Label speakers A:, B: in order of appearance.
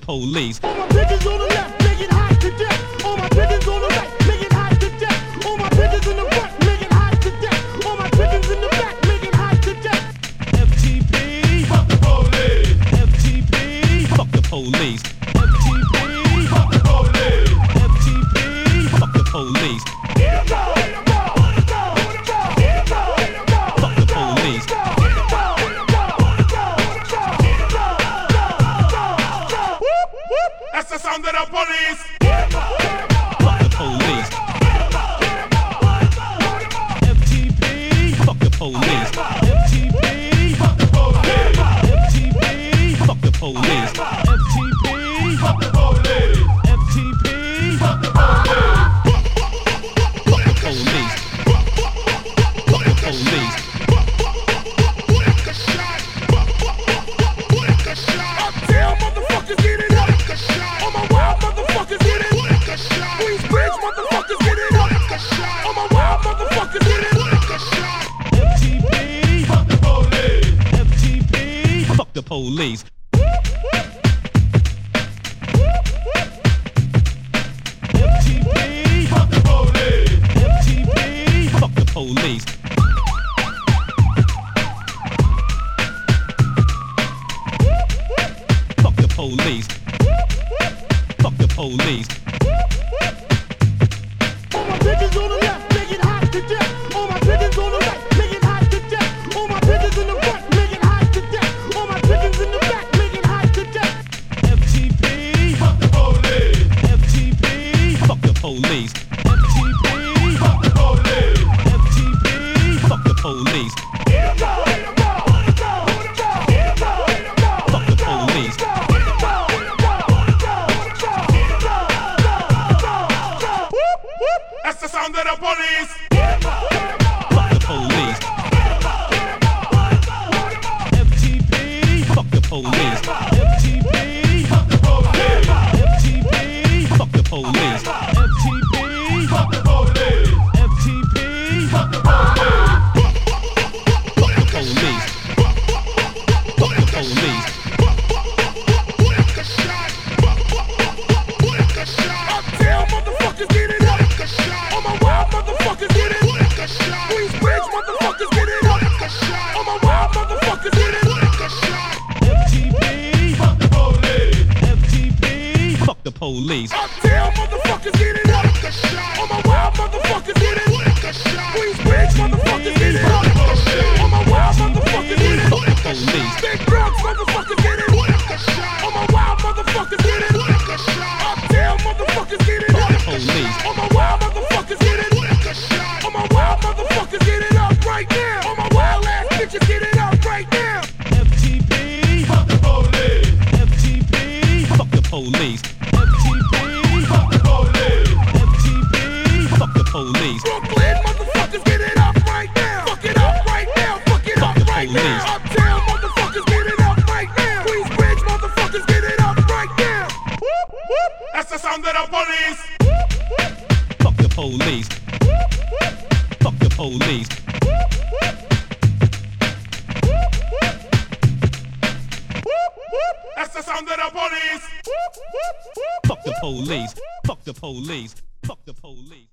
A: police.
B: All my bitches on the left, making high to death. All my bitches on the right, making high to death. All my bitches in the back, making high to death. All my bitches in the back, making high to death.
A: FTP,
B: Fuck the police.
A: FTP, fuck the police. FTP, fuck the police. FTP, fuck the police. Fuck the police.
C: That's the sound of the police.
A: Fuck the police. FTP, fuck the police. FTP, fuck the police. FTP, fuck the police. FTP, fuck the police. FTP, fuck the police. Fuck the police. FTP, fuck the police. FTP, fuck the police. FTP, fuck the police. FTP, fuck the police. Fuck the police. Fuck the police.
B: All my bitches on the left, making high to death. All my bitches on the right, making high to death. All my bitches in the back, making high to death. All my bitches in the back, making high to death.
A: FTP, fuck the police. FTP, fuck the police. FTP, fuck the police. FTP, fuck the police. Fuck the police.
C: That's the sound of the police.
A: Fuck the police. FTP, fuck the police. FTP, fuck the police. FTP, fuck the police. FTP, fuck the police. FTP, fuck the police. Fuck the police. FTP, fuck the police. FTP, fuck the police. Fuck the police.
B: Big drugs, motherfuckers get it. All my wild motherfuckers get it. Uptown motherfuckers get it.
A: Police.
B: All my wild motherfuckers get it. All my wild motherfuckers get it up right now. All my wild ass bitches get it up right now.
A: FTP, fuck the police. FTP, fuck the police. FTP, fuck the police. FTP, fuck the police.
B: Brooklyn motherfuckers get it up right now. Fuck it up right now. Fuck it
A: Fuck
B: up
A: the
B: right
A: police.
B: now. Uptown motherfuckers get it up right now. Queensbridge motherfuckers get it up right now.
C: That's the sound of the police.
A: Fuck the police. Fuck the police.
C: That's the sound of the police.
A: Fuck the police. Fuck the police. Fuck the police.